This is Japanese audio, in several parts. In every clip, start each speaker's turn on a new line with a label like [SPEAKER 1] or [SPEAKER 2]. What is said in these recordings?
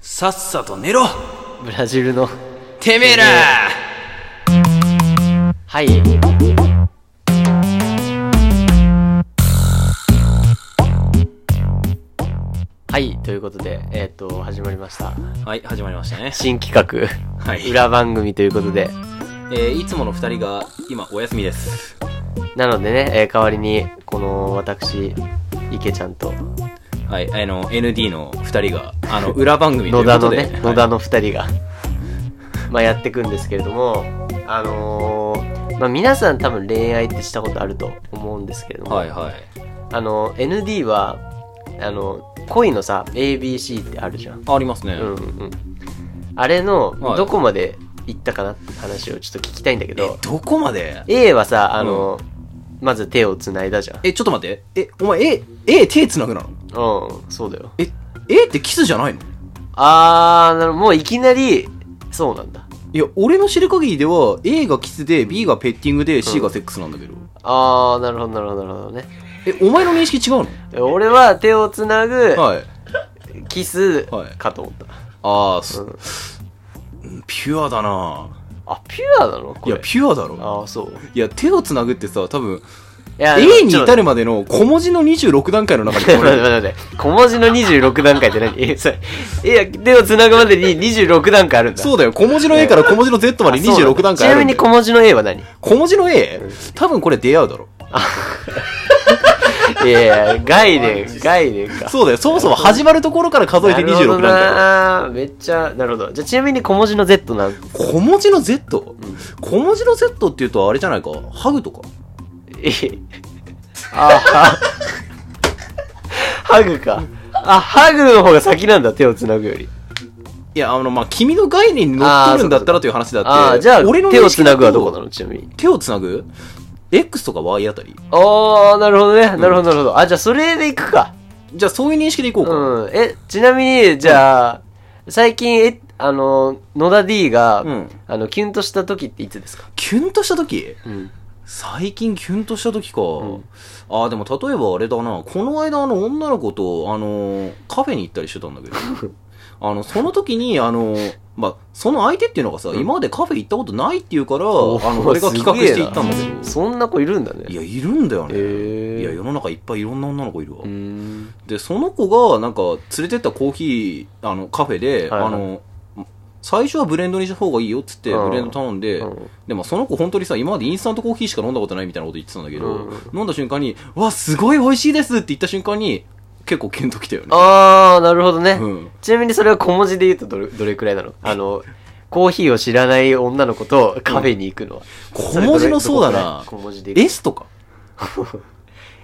[SPEAKER 1] さっさと寝ろ
[SPEAKER 2] ブラジルの
[SPEAKER 1] てめえら
[SPEAKER 2] はいはいということでえっ、と始まりました
[SPEAKER 1] はい始まりましたね、
[SPEAKER 2] 新企画、
[SPEAKER 1] はい
[SPEAKER 2] 裏番組ということで
[SPEAKER 1] えー、いつもの二人が今お休みです
[SPEAKER 2] なのでね、えー代わりにこの私池ちゃんと
[SPEAKER 1] はいあの ND の二人があ の裏番組とい
[SPEAKER 2] 野
[SPEAKER 1] う
[SPEAKER 2] 田
[SPEAKER 1] こ
[SPEAKER 2] の
[SPEAKER 1] とで
[SPEAKER 2] ね、野田の2人が、まあやっていくんですけれども、あのーまあ皆さん多分恋愛ってしたことあると思うんですけれども、
[SPEAKER 1] はいはいはい
[SPEAKER 2] あの、ND は、あの、恋のさ、ABC ってあるじゃん。
[SPEAKER 1] ありますね、
[SPEAKER 2] うんうんうん。あれの
[SPEAKER 1] は、い
[SPEAKER 2] どこまで行ったかなって話をちょっと聞きたいんだけ
[SPEAKER 1] え
[SPEAKER 2] ど、
[SPEAKER 1] どこまで
[SPEAKER 2] A はさ、あの、まず手を繋いだじゃん。
[SPEAKER 1] えちょっと待ってえお前 A, A 手つなぐなの
[SPEAKER 2] うん、そうだよ。
[SPEAKER 1] え A ってキスじゃないの
[SPEAKER 2] あー、なるもういきなり、そうなんだ。
[SPEAKER 1] いや俺の知る限りでは A がキスで B がペッティングで C がセックスなんだけど、
[SPEAKER 2] あー、なるほど、なるほど、なるほどね。
[SPEAKER 1] えお前の認識違う
[SPEAKER 2] 俺は手をつなぐ
[SPEAKER 1] のはい
[SPEAKER 2] キス
[SPEAKER 1] はい
[SPEAKER 2] かと思った、
[SPEAKER 1] ああ、す
[SPEAKER 2] うん
[SPEAKER 1] うんピュアだな
[SPEAKER 2] あピュアなのこ
[SPEAKER 1] い
[SPEAKER 2] れ
[SPEAKER 1] やピュアだろ
[SPEAKER 2] ああそう
[SPEAKER 1] いや、手をつなぐってさ、多分、
[SPEAKER 2] いや
[SPEAKER 1] A に至
[SPEAKER 2] る
[SPEAKER 1] るまでの小文字の26段階の中に
[SPEAKER 2] 待って
[SPEAKER 1] これ
[SPEAKER 2] 待って待って小文字の26段階って何 えそれいや手をつなぐまでに26段階あるんだ
[SPEAKER 1] そうだよ、小文字の A から小文字の Z まで
[SPEAKER 2] あそうなんだ
[SPEAKER 1] 26段階あ
[SPEAKER 2] ちな
[SPEAKER 1] るんだ
[SPEAKER 2] み
[SPEAKER 1] よ
[SPEAKER 2] に小文字の A は何い
[SPEAKER 1] 小文字の A? 多分これ出会うだろ。
[SPEAKER 2] やいや 概念概念か
[SPEAKER 1] そうだよ、そもそも始まるところから数えて
[SPEAKER 2] なるほど
[SPEAKER 1] 26段階。
[SPEAKER 2] なめっちゃなるほどじゃあちなみに小文字の Z なん
[SPEAKER 1] 小文字の Z? 小文字の Z って言うとあれじゃないか、ハグとか。
[SPEAKER 2] え あはハグかあハグの方が先なんだ手をつなぐより
[SPEAKER 1] いや、あの、まあ、君の概念に乗っ取るんだったらという話だって。
[SPEAKER 2] ああ、じゃあ、
[SPEAKER 1] 俺の
[SPEAKER 2] 手をつなぐはどこな
[SPEAKER 1] の
[SPEAKER 2] のちなみに。
[SPEAKER 1] 手をつなぐ ?X とか Y あたり
[SPEAKER 2] ああ、なるほどね。なるほど、なるほど。あ、じゃあ、それでいくか。
[SPEAKER 1] じゃあそういう認識でいこうか。
[SPEAKER 2] うん。え、ちなみに、じゃあ、最近、え、あの、野田 D が、
[SPEAKER 1] うん
[SPEAKER 2] あの、キュンとした時っていつですか
[SPEAKER 1] キュンとした時
[SPEAKER 2] うん。
[SPEAKER 1] 最近キュンとした時か。ああ、でも例えばあれだな。この間あの女の子と、あのーカフェに行ったりしてたんだ けど。あの、その時に、あのーまあ、その相手っていうのがさ、今までカフェ行ったことないっていうから、あの、俺が企画して行ったんだけど。
[SPEAKER 2] そんな子いるんだね。
[SPEAKER 1] いや、いるんだよね。
[SPEAKER 2] へえ
[SPEAKER 1] いや、世の中いっぱいいろんな女の子いるわ。
[SPEAKER 2] うーん。
[SPEAKER 1] で、その子が、なんか、連れてったコーヒー、あの、カフェで、
[SPEAKER 2] はいはい
[SPEAKER 1] あの、最初はブレンドにした方がいいよっつって、
[SPEAKER 2] うん
[SPEAKER 1] ブレンド頼んで、
[SPEAKER 2] うん
[SPEAKER 1] でもその子本当にさ、今までインスタントコーヒーしか飲んだことないみたいなこと言ってたんだけど、
[SPEAKER 2] うん
[SPEAKER 1] 飲んだ瞬間に、わ、すごい美味しいですって言った瞬間に、結構キュンときたよね。
[SPEAKER 2] ああ、なるほどね。
[SPEAKER 1] うん
[SPEAKER 2] ちなみに、それは小文字で言うとどれ、どれくらいなのあの、コーヒーを知らない女の子とカフェに行くのは。
[SPEAKER 1] 小文字のそうだな
[SPEAKER 2] 小文字で言うと
[SPEAKER 1] S とか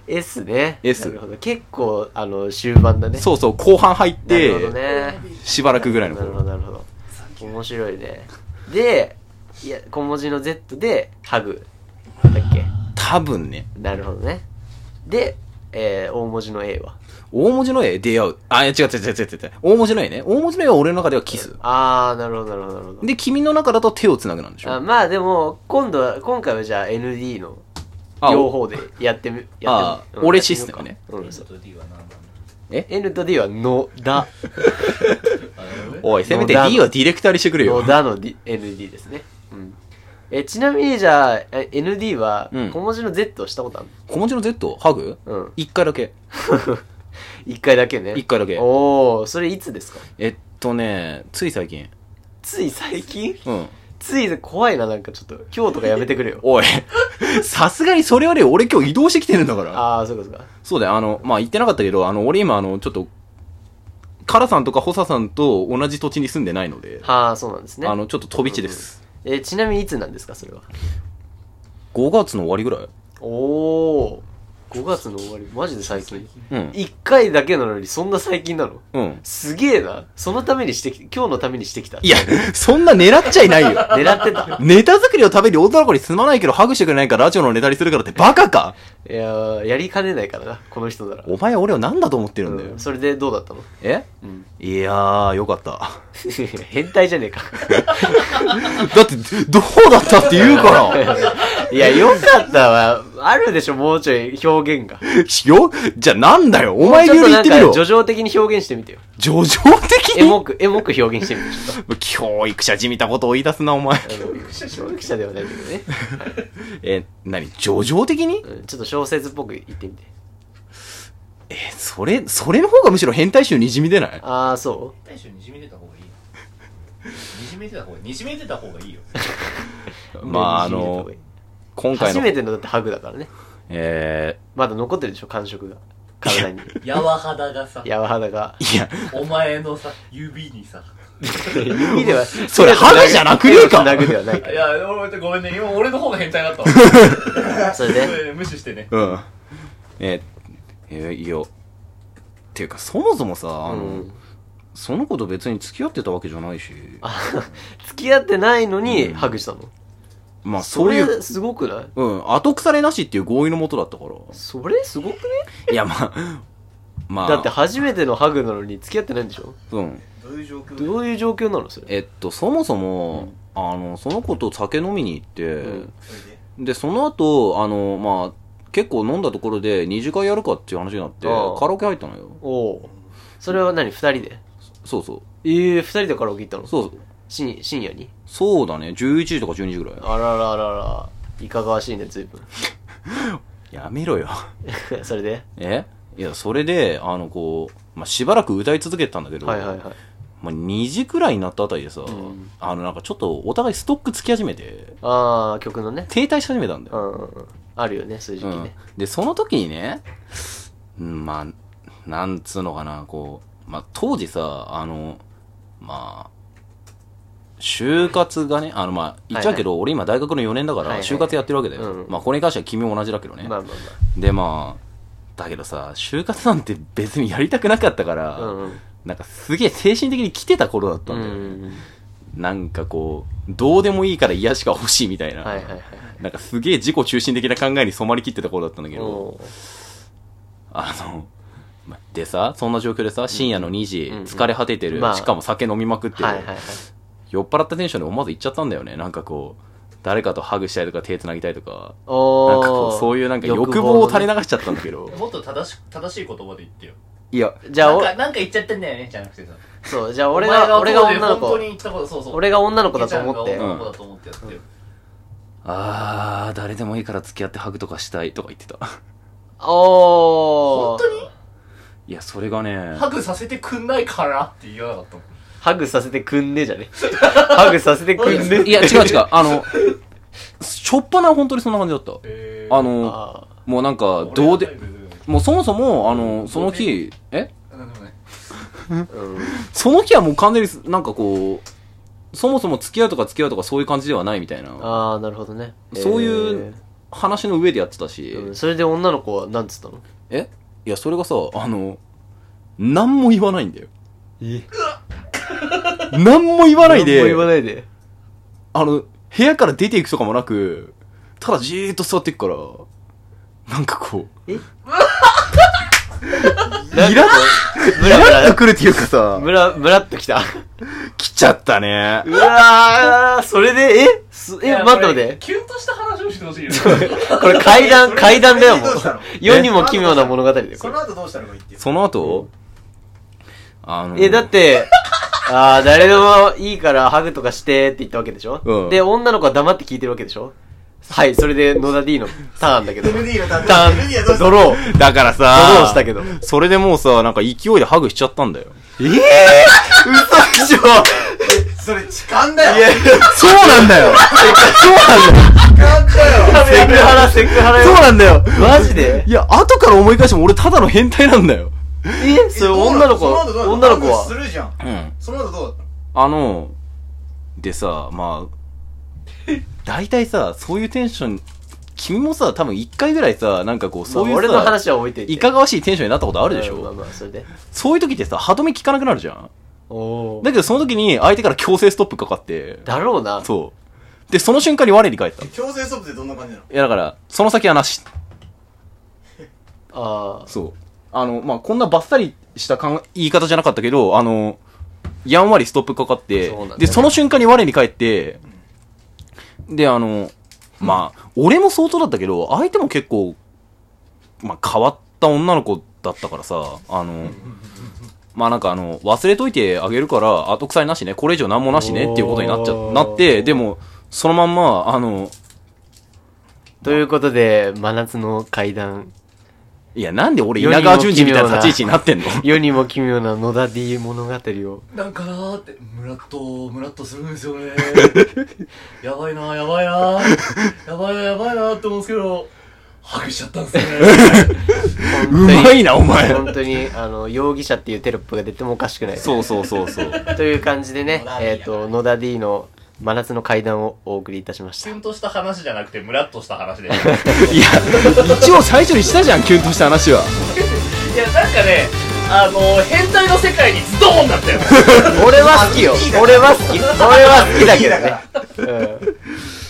[SPEAKER 2] S ね。
[SPEAKER 1] S
[SPEAKER 2] なるほど。結構、あの、終盤だね。
[SPEAKER 1] そうそう、後半入っ
[SPEAKER 2] なる
[SPEAKER 1] て
[SPEAKER 2] ほ、どね。
[SPEAKER 1] しばらくぐらいの
[SPEAKER 2] なるほ
[SPEAKER 1] 頃。
[SPEAKER 2] ど、なるほど。面白いね。で、いや、小文字の Z で、ハグ。だっけ
[SPEAKER 1] 多分ね、
[SPEAKER 2] なるほどね。で、えー、大文字の A は。
[SPEAKER 1] 大文字の A 出会う。あ、いや違う違う違う違う違う。大文字の A ね。大文字の A は俺の中ではキス。
[SPEAKER 2] あー、なるほど、なるほど、なるほど。
[SPEAKER 1] で、君の中だと手を繋ぐなんでしょ
[SPEAKER 2] あまあでも、今度は、今回はじゃあ ND の
[SPEAKER 1] あ
[SPEAKER 2] 両方でやってみ、やってみ
[SPEAKER 1] あ
[SPEAKER 2] うん
[SPEAKER 1] 俺システムね
[SPEAKER 2] うん、そう。N と D はの だ。
[SPEAKER 1] おい、せめて
[SPEAKER 2] 野田
[SPEAKER 1] D はディレクターにしてくれ
[SPEAKER 2] の
[SPEAKER 1] よ。
[SPEAKER 2] だの、D、ND ですね。うん。え、ちなみにじゃあ、え ND は
[SPEAKER 1] うん、
[SPEAKER 2] 小文字の Z をしたことある
[SPEAKER 1] 小文字の Z? ハグ
[SPEAKER 2] うん
[SPEAKER 1] 一回だけ。
[SPEAKER 2] 一回だけね。
[SPEAKER 1] 一回だけ
[SPEAKER 2] おお、それいつですか
[SPEAKER 1] えっとね、つい最近。
[SPEAKER 2] つい最近
[SPEAKER 1] うん。。
[SPEAKER 2] つい怖いな、なんかちょっと。今日とかやめてくれよ
[SPEAKER 1] おい、 さすがにそれより俺今日移動してきてるんだから。
[SPEAKER 2] ああ、そうかそうか。
[SPEAKER 1] そうだよ、あの、まあ、言ってなかったけど、あの、俺今、あの、ちょっと、カラさんとかホサさんと同じ土地に住んでないので、
[SPEAKER 2] はあ、そうなんですね。
[SPEAKER 1] あの、ちょっと飛び地です。
[SPEAKER 2] えーちなみにいつなんですか、それは。
[SPEAKER 1] 5月の終わりぐらい
[SPEAKER 2] おお、5月の終わり、マジで最近。
[SPEAKER 1] うん。
[SPEAKER 2] 一回だけなのに、そんな最近なの
[SPEAKER 1] うん。
[SPEAKER 2] すげえな。そのためにしてき、今日のためにしてきた。
[SPEAKER 1] いや、そんな狙っちゃいないよ。
[SPEAKER 2] 狙ってた。
[SPEAKER 1] ネタ作りを食べに女の子にすまないけど、ハグしてくれないからラジオのネタにするからってバカか
[SPEAKER 2] いやー、やりかねないからな、この人なら。
[SPEAKER 1] お前は俺を何だと思ってるんだよ
[SPEAKER 2] うん。それでどうだったの
[SPEAKER 1] え、
[SPEAKER 2] ん
[SPEAKER 1] いやー、よかった。
[SPEAKER 2] 変態じゃねえか。
[SPEAKER 1] だって、どうだったって言うから。
[SPEAKER 2] いや、よかったわ。あるでしょ、もうちょい表現が。
[SPEAKER 1] よ、じゃあなんだよ、お前
[SPEAKER 2] ちょ
[SPEAKER 1] 流
[SPEAKER 2] っと
[SPEAKER 1] で言
[SPEAKER 2] な
[SPEAKER 1] っ
[SPEAKER 2] ん
[SPEAKER 1] て
[SPEAKER 2] か
[SPEAKER 1] みろ。
[SPEAKER 2] 叙情的に表現してみてよ。
[SPEAKER 1] 叙情的
[SPEAKER 2] エ
[SPEAKER 1] に
[SPEAKER 2] モく、エモく表現してみて、 ちょっ
[SPEAKER 1] 教育者じみたことを言い出すな、お前。
[SPEAKER 2] と。あの教育者ではないんだけどね。
[SPEAKER 1] え、何叙情的に
[SPEAKER 2] うんちょっと小説っぽく言ってみて。
[SPEAKER 1] え、それ、それの方がむしろ変態臭にじみ出ない
[SPEAKER 2] ああ、そ
[SPEAKER 3] 大将にじめてた方がいいよにじめてた方がにじめてた方がいいよ
[SPEAKER 2] う
[SPEAKER 1] まあ、あの、今回
[SPEAKER 2] 初
[SPEAKER 1] の
[SPEAKER 2] め、てのだってハグだからね。
[SPEAKER 1] え
[SPEAKER 2] まだ残ってるでしょ、感触が。体に。
[SPEAKER 3] やわ肌がさ
[SPEAKER 2] 柔肌が。
[SPEAKER 1] ー、いや、
[SPEAKER 3] お前のさ指にさ
[SPEAKER 2] 指 では、
[SPEAKER 1] それハグじゃなくねえか
[SPEAKER 2] 手を繋ぐではないか
[SPEAKER 3] いや俺ごめんね今俺の方が変態だったわ
[SPEAKER 2] ら。それで、
[SPEAKER 3] 無視してね
[SPEAKER 1] うん。え、え、いや、っていうか、そもそもさ、あ
[SPEAKER 2] う
[SPEAKER 1] の、
[SPEAKER 2] ん。
[SPEAKER 1] その子と別に付き合ってたわけじゃないし、
[SPEAKER 2] 付き合ってないのにハグしたの。
[SPEAKER 1] まあ、そ
[SPEAKER 2] そう
[SPEAKER 1] い
[SPEAKER 2] れ
[SPEAKER 1] う、
[SPEAKER 2] すごくない
[SPEAKER 1] うん、後腐れなしっていう合意のもとだったから。
[SPEAKER 2] それすごくね
[SPEAKER 1] いや、まあ、まあ、
[SPEAKER 2] だって初めてのハグなのに付き合ってないんでしょ
[SPEAKER 1] うん。
[SPEAKER 3] どういう状況
[SPEAKER 2] どういう状況なのそれ。
[SPEAKER 1] えっと、そもそも、あの、その子と酒飲みに行って、で、その後、あの、まあ、結構飲んだところで二次会やるかっていう話になって、
[SPEAKER 2] ああ
[SPEAKER 1] カラオケ入ったのよ。
[SPEAKER 2] おおそれは何二人で
[SPEAKER 1] そうそ
[SPEAKER 2] ええ二人でカラオケ行ったの
[SPEAKER 1] う。そう、
[SPEAKER 2] 深深夜に
[SPEAKER 1] そうだね。11時とか12時ぐらい。
[SPEAKER 2] あららららいかがわしいね随分
[SPEAKER 1] やめろよ。
[SPEAKER 2] それで
[SPEAKER 1] えいや、それで、あの、こう、まあ、しばらく歌い続けてたんだけど、
[SPEAKER 2] はいはいはい
[SPEAKER 1] まあ、2時くらいになったあたりでさ、
[SPEAKER 2] ん
[SPEAKER 1] あの、なんかちょっとお互いストックつき始めて、
[SPEAKER 2] ああ曲のね
[SPEAKER 1] 停滞し始めたんだ
[SPEAKER 2] う
[SPEAKER 1] よ。
[SPEAKER 2] んうんうんあるよねそういう時期ね、
[SPEAKER 1] うん、で、その時にね、うんまあ、なんつうのかな、こう、まあ、当時さ、あの、まあ、就活がね、あの、まあ、言っちゃうけど、俺今大学の4年だか
[SPEAKER 2] はい
[SPEAKER 1] ら、
[SPEAKER 2] はい
[SPEAKER 1] 就活やってるわけだよ。
[SPEAKER 2] うん
[SPEAKER 1] まあ、これに関しては君も同じだけどね。
[SPEAKER 2] まあまあ
[SPEAKER 1] でまあだけどさ就活なんて別にやりたくなかったから、
[SPEAKER 2] まあうんうん
[SPEAKER 1] なんかすげえ精神的に来てた頃だった
[SPEAKER 2] うんん
[SPEAKER 1] だよ、
[SPEAKER 2] うん
[SPEAKER 1] なんかこうどうでもいいから癒しが欲しいみたいな、
[SPEAKER 2] はいはいはい
[SPEAKER 1] なんかすげえ自己中心的な考えに染まりきってた頃だったんだけど
[SPEAKER 2] おー
[SPEAKER 1] あのまでさそんな状況でさ深夜の2時、
[SPEAKER 2] うんうん
[SPEAKER 1] 疲れ果ててる、
[SPEAKER 2] まあ
[SPEAKER 1] しかも酒飲みまくってる、
[SPEAKER 2] はいはいはい
[SPEAKER 1] 酔っ払ったテンションで思わず行っちゃったんだよねなんかこう誰かとハグしたいとか手繋ぎたいとか
[SPEAKER 2] お
[SPEAKER 1] なん
[SPEAKER 2] お
[SPEAKER 1] かこうそういうなんか欲望を垂れ流しちゃったんだけど
[SPEAKER 3] もっと正し正しい言葉で言ってよ
[SPEAKER 1] いや
[SPEAKER 2] じゃあお
[SPEAKER 3] なんかなんか言っちゃってんだよねじゃなくてさ
[SPEAKER 2] そうじゃあ俺が
[SPEAKER 3] お
[SPEAKER 2] 俺が
[SPEAKER 3] 前男で
[SPEAKER 2] 女の
[SPEAKER 3] 本当に
[SPEAKER 2] 子
[SPEAKER 3] 言ったことそうそう
[SPEAKER 2] 俺が女の子だと思って
[SPEAKER 3] ケちゃんが女の子だと思ってやってよ
[SPEAKER 1] あー、誰でもいいから付き合ってハグとかしたいとか言ってた。
[SPEAKER 2] おお
[SPEAKER 3] 本当に
[SPEAKER 1] いや、それがね、
[SPEAKER 3] ハグさせてくんないからって言わなかったもん
[SPEAKER 2] ハグさせてくんねじゃね ハグさせてくんね
[SPEAKER 1] いや、違う違う、あの、しょっぱな本当にそんな感じだった。
[SPEAKER 3] え
[SPEAKER 1] あの、
[SPEAKER 2] あ
[SPEAKER 1] もうなんか、どうで、もうそもそも、あの、その日、え
[SPEAKER 3] なんでもない
[SPEAKER 2] ーうん
[SPEAKER 1] その日はもう完全になんかこう、そもそも付き合うとか付き合うとかそういう感じではないみたいな、
[SPEAKER 2] ああなるほどね
[SPEAKER 1] そういう話の上でやってた
[SPEAKER 2] えーう
[SPEAKER 1] し
[SPEAKER 2] ん、それで女の子は何つったの
[SPEAKER 1] えいや、それがさ、あの、何も言わないんだよ。
[SPEAKER 2] え
[SPEAKER 1] 何も言わないで、
[SPEAKER 2] 言わないで
[SPEAKER 1] あの、部屋から出ていくとかもなく、ただじーっと座ってくから、なんかこう、イラッ、イラッとくるっていうかさ、
[SPEAKER 2] ムラムラっときた
[SPEAKER 1] 来ちゃったね
[SPEAKER 2] う。わーそれでえすえ待って待って
[SPEAKER 3] キュンとした話をしてほしいよ
[SPEAKER 2] これ階段階段だよもう
[SPEAKER 4] どうしたの
[SPEAKER 2] 世にも奇妙な物語だよこ
[SPEAKER 4] そ
[SPEAKER 2] れ
[SPEAKER 4] の後どうしたのがいいってよ
[SPEAKER 1] その後、あの、
[SPEAKER 2] えだってああ誰でもいいからハグとかしてって言ったわけでしょ、
[SPEAKER 1] うん
[SPEAKER 2] で女の子は黙って聞いてるわけでしょはいそれで野田 D のターン だけど
[SPEAKER 4] MD のターン
[SPEAKER 2] ターン
[SPEAKER 4] MD はどうした
[SPEAKER 2] ドロー
[SPEAKER 1] だから
[SPEAKER 2] ドロー
[SPEAKER 1] さ
[SPEAKER 2] したけど
[SPEAKER 1] それでもうさ、なんか勢いでハグしちゃったんだよ。
[SPEAKER 2] 嘘でしょ
[SPEAKER 4] それ痴漢だよ
[SPEAKER 1] そうなんだよそうなんだよ
[SPEAKER 4] 痴漢だよ
[SPEAKER 2] セクハラ、セクハラ
[SPEAKER 1] そう
[SPEAKER 2] よ。
[SPEAKER 1] なんだよ
[SPEAKER 2] マジで
[SPEAKER 1] いや、後から思い返しても俺ただの変態なんだよ。
[SPEAKER 2] えそれ女の子、
[SPEAKER 4] そ後どう
[SPEAKER 2] 女の子
[SPEAKER 4] ハグす
[SPEAKER 2] は。
[SPEAKER 4] るじゃん
[SPEAKER 1] うん。
[SPEAKER 4] その後どうだったの
[SPEAKER 1] あの、でさ、まあ、大体さ、そういうテンション、君もさ、多分一回ぐらいさ、なんかこう、そういうさ、
[SPEAKER 2] 俺の話は置いていて。
[SPEAKER 1] いかがわしいテンションになったことあるでし
[SPEAKER 2] うんまあ
[SPEAKER 1] ょ
[SPEAKER 2] まあ、それで。
[SPEAKER 1] そういう時ってさ、歯止め効かなくなるじゃん。
[SPEAKER 2] お
[SPEAKER 1] だけどその時に相手から強制ストップかかって、
[SPEAKER 2] だろうな。
[SPEAKER 1] そう。で、その瞬間に我に返った。い
[SPEAKER 4] 強制ストップってどんな感じなの
[SPEAKER 1] や、だから、その先はなし。
[SPEAKER 2] ああ。
[SPEAKER 1] そう。あの、まあ、こんなバッサリしたかん言い方じゃなかったけど、あの、やんわりストップかかって、
[SPEAKER 2] そうなんだよね
[SPEAKER 1] で、その瞬間に我に返って、で、あの、まあ、俺も相当だったけど、相手も結構、まあ、変わった女の子だったからさ、あの、まあなんかあの、忘れといてあげるから、後腐りなしね、これ以上何もなしねっていうことになっち
[SPEAKER 2] お
[SPEAKER 1] ゃ、
[SPEAKER 2] ー
[SPEAKER 1] なって、でも、そのまんま、あの、
[SPEAKER 2] ということで、真夏の階段、
[SPEAKER 1] いや、なんで俺稲川淳二みたいな立ち位置になってんの
[SPEAKER 2] 世にも奇妙な野田 D 物語を。
[SPEAKER 3] なんかなーって、ムラっと、ムラっとするんです よねやばいなー、やばいなー、やばいな、やばいなーって思うんですけど、ハグしちゃったんですよね。
[SPEAKER 1] うまいな、お前。
[SPEAKER 2] 本当に、あの、容疑者っていうテロップが出てもおかしくない。
[SPEAKER 1] そうそうそうそう。
[SPEAKER 2] という感じでね
[SPEAKER 4] 野田、D
[SPEAKER 2] えっ、と、野田 D の真夏の階段をお送りいたしまし
[SPEAKER 3] キ
[SPEAKER 2] た
[SPEAKER 3] ュ。ンとした話じゃなくて、ムラっとした話でした。い
[SPEAKER 1] いや、一応最初にしたじゃん、キュンとした話は。
[SPEAKER 3] や、なんかね、あのー、変態の世界にズドーンだったよ。
[SPEAKER 2] 俺は好きよ。俺は好き。俺は好きだけどね。うん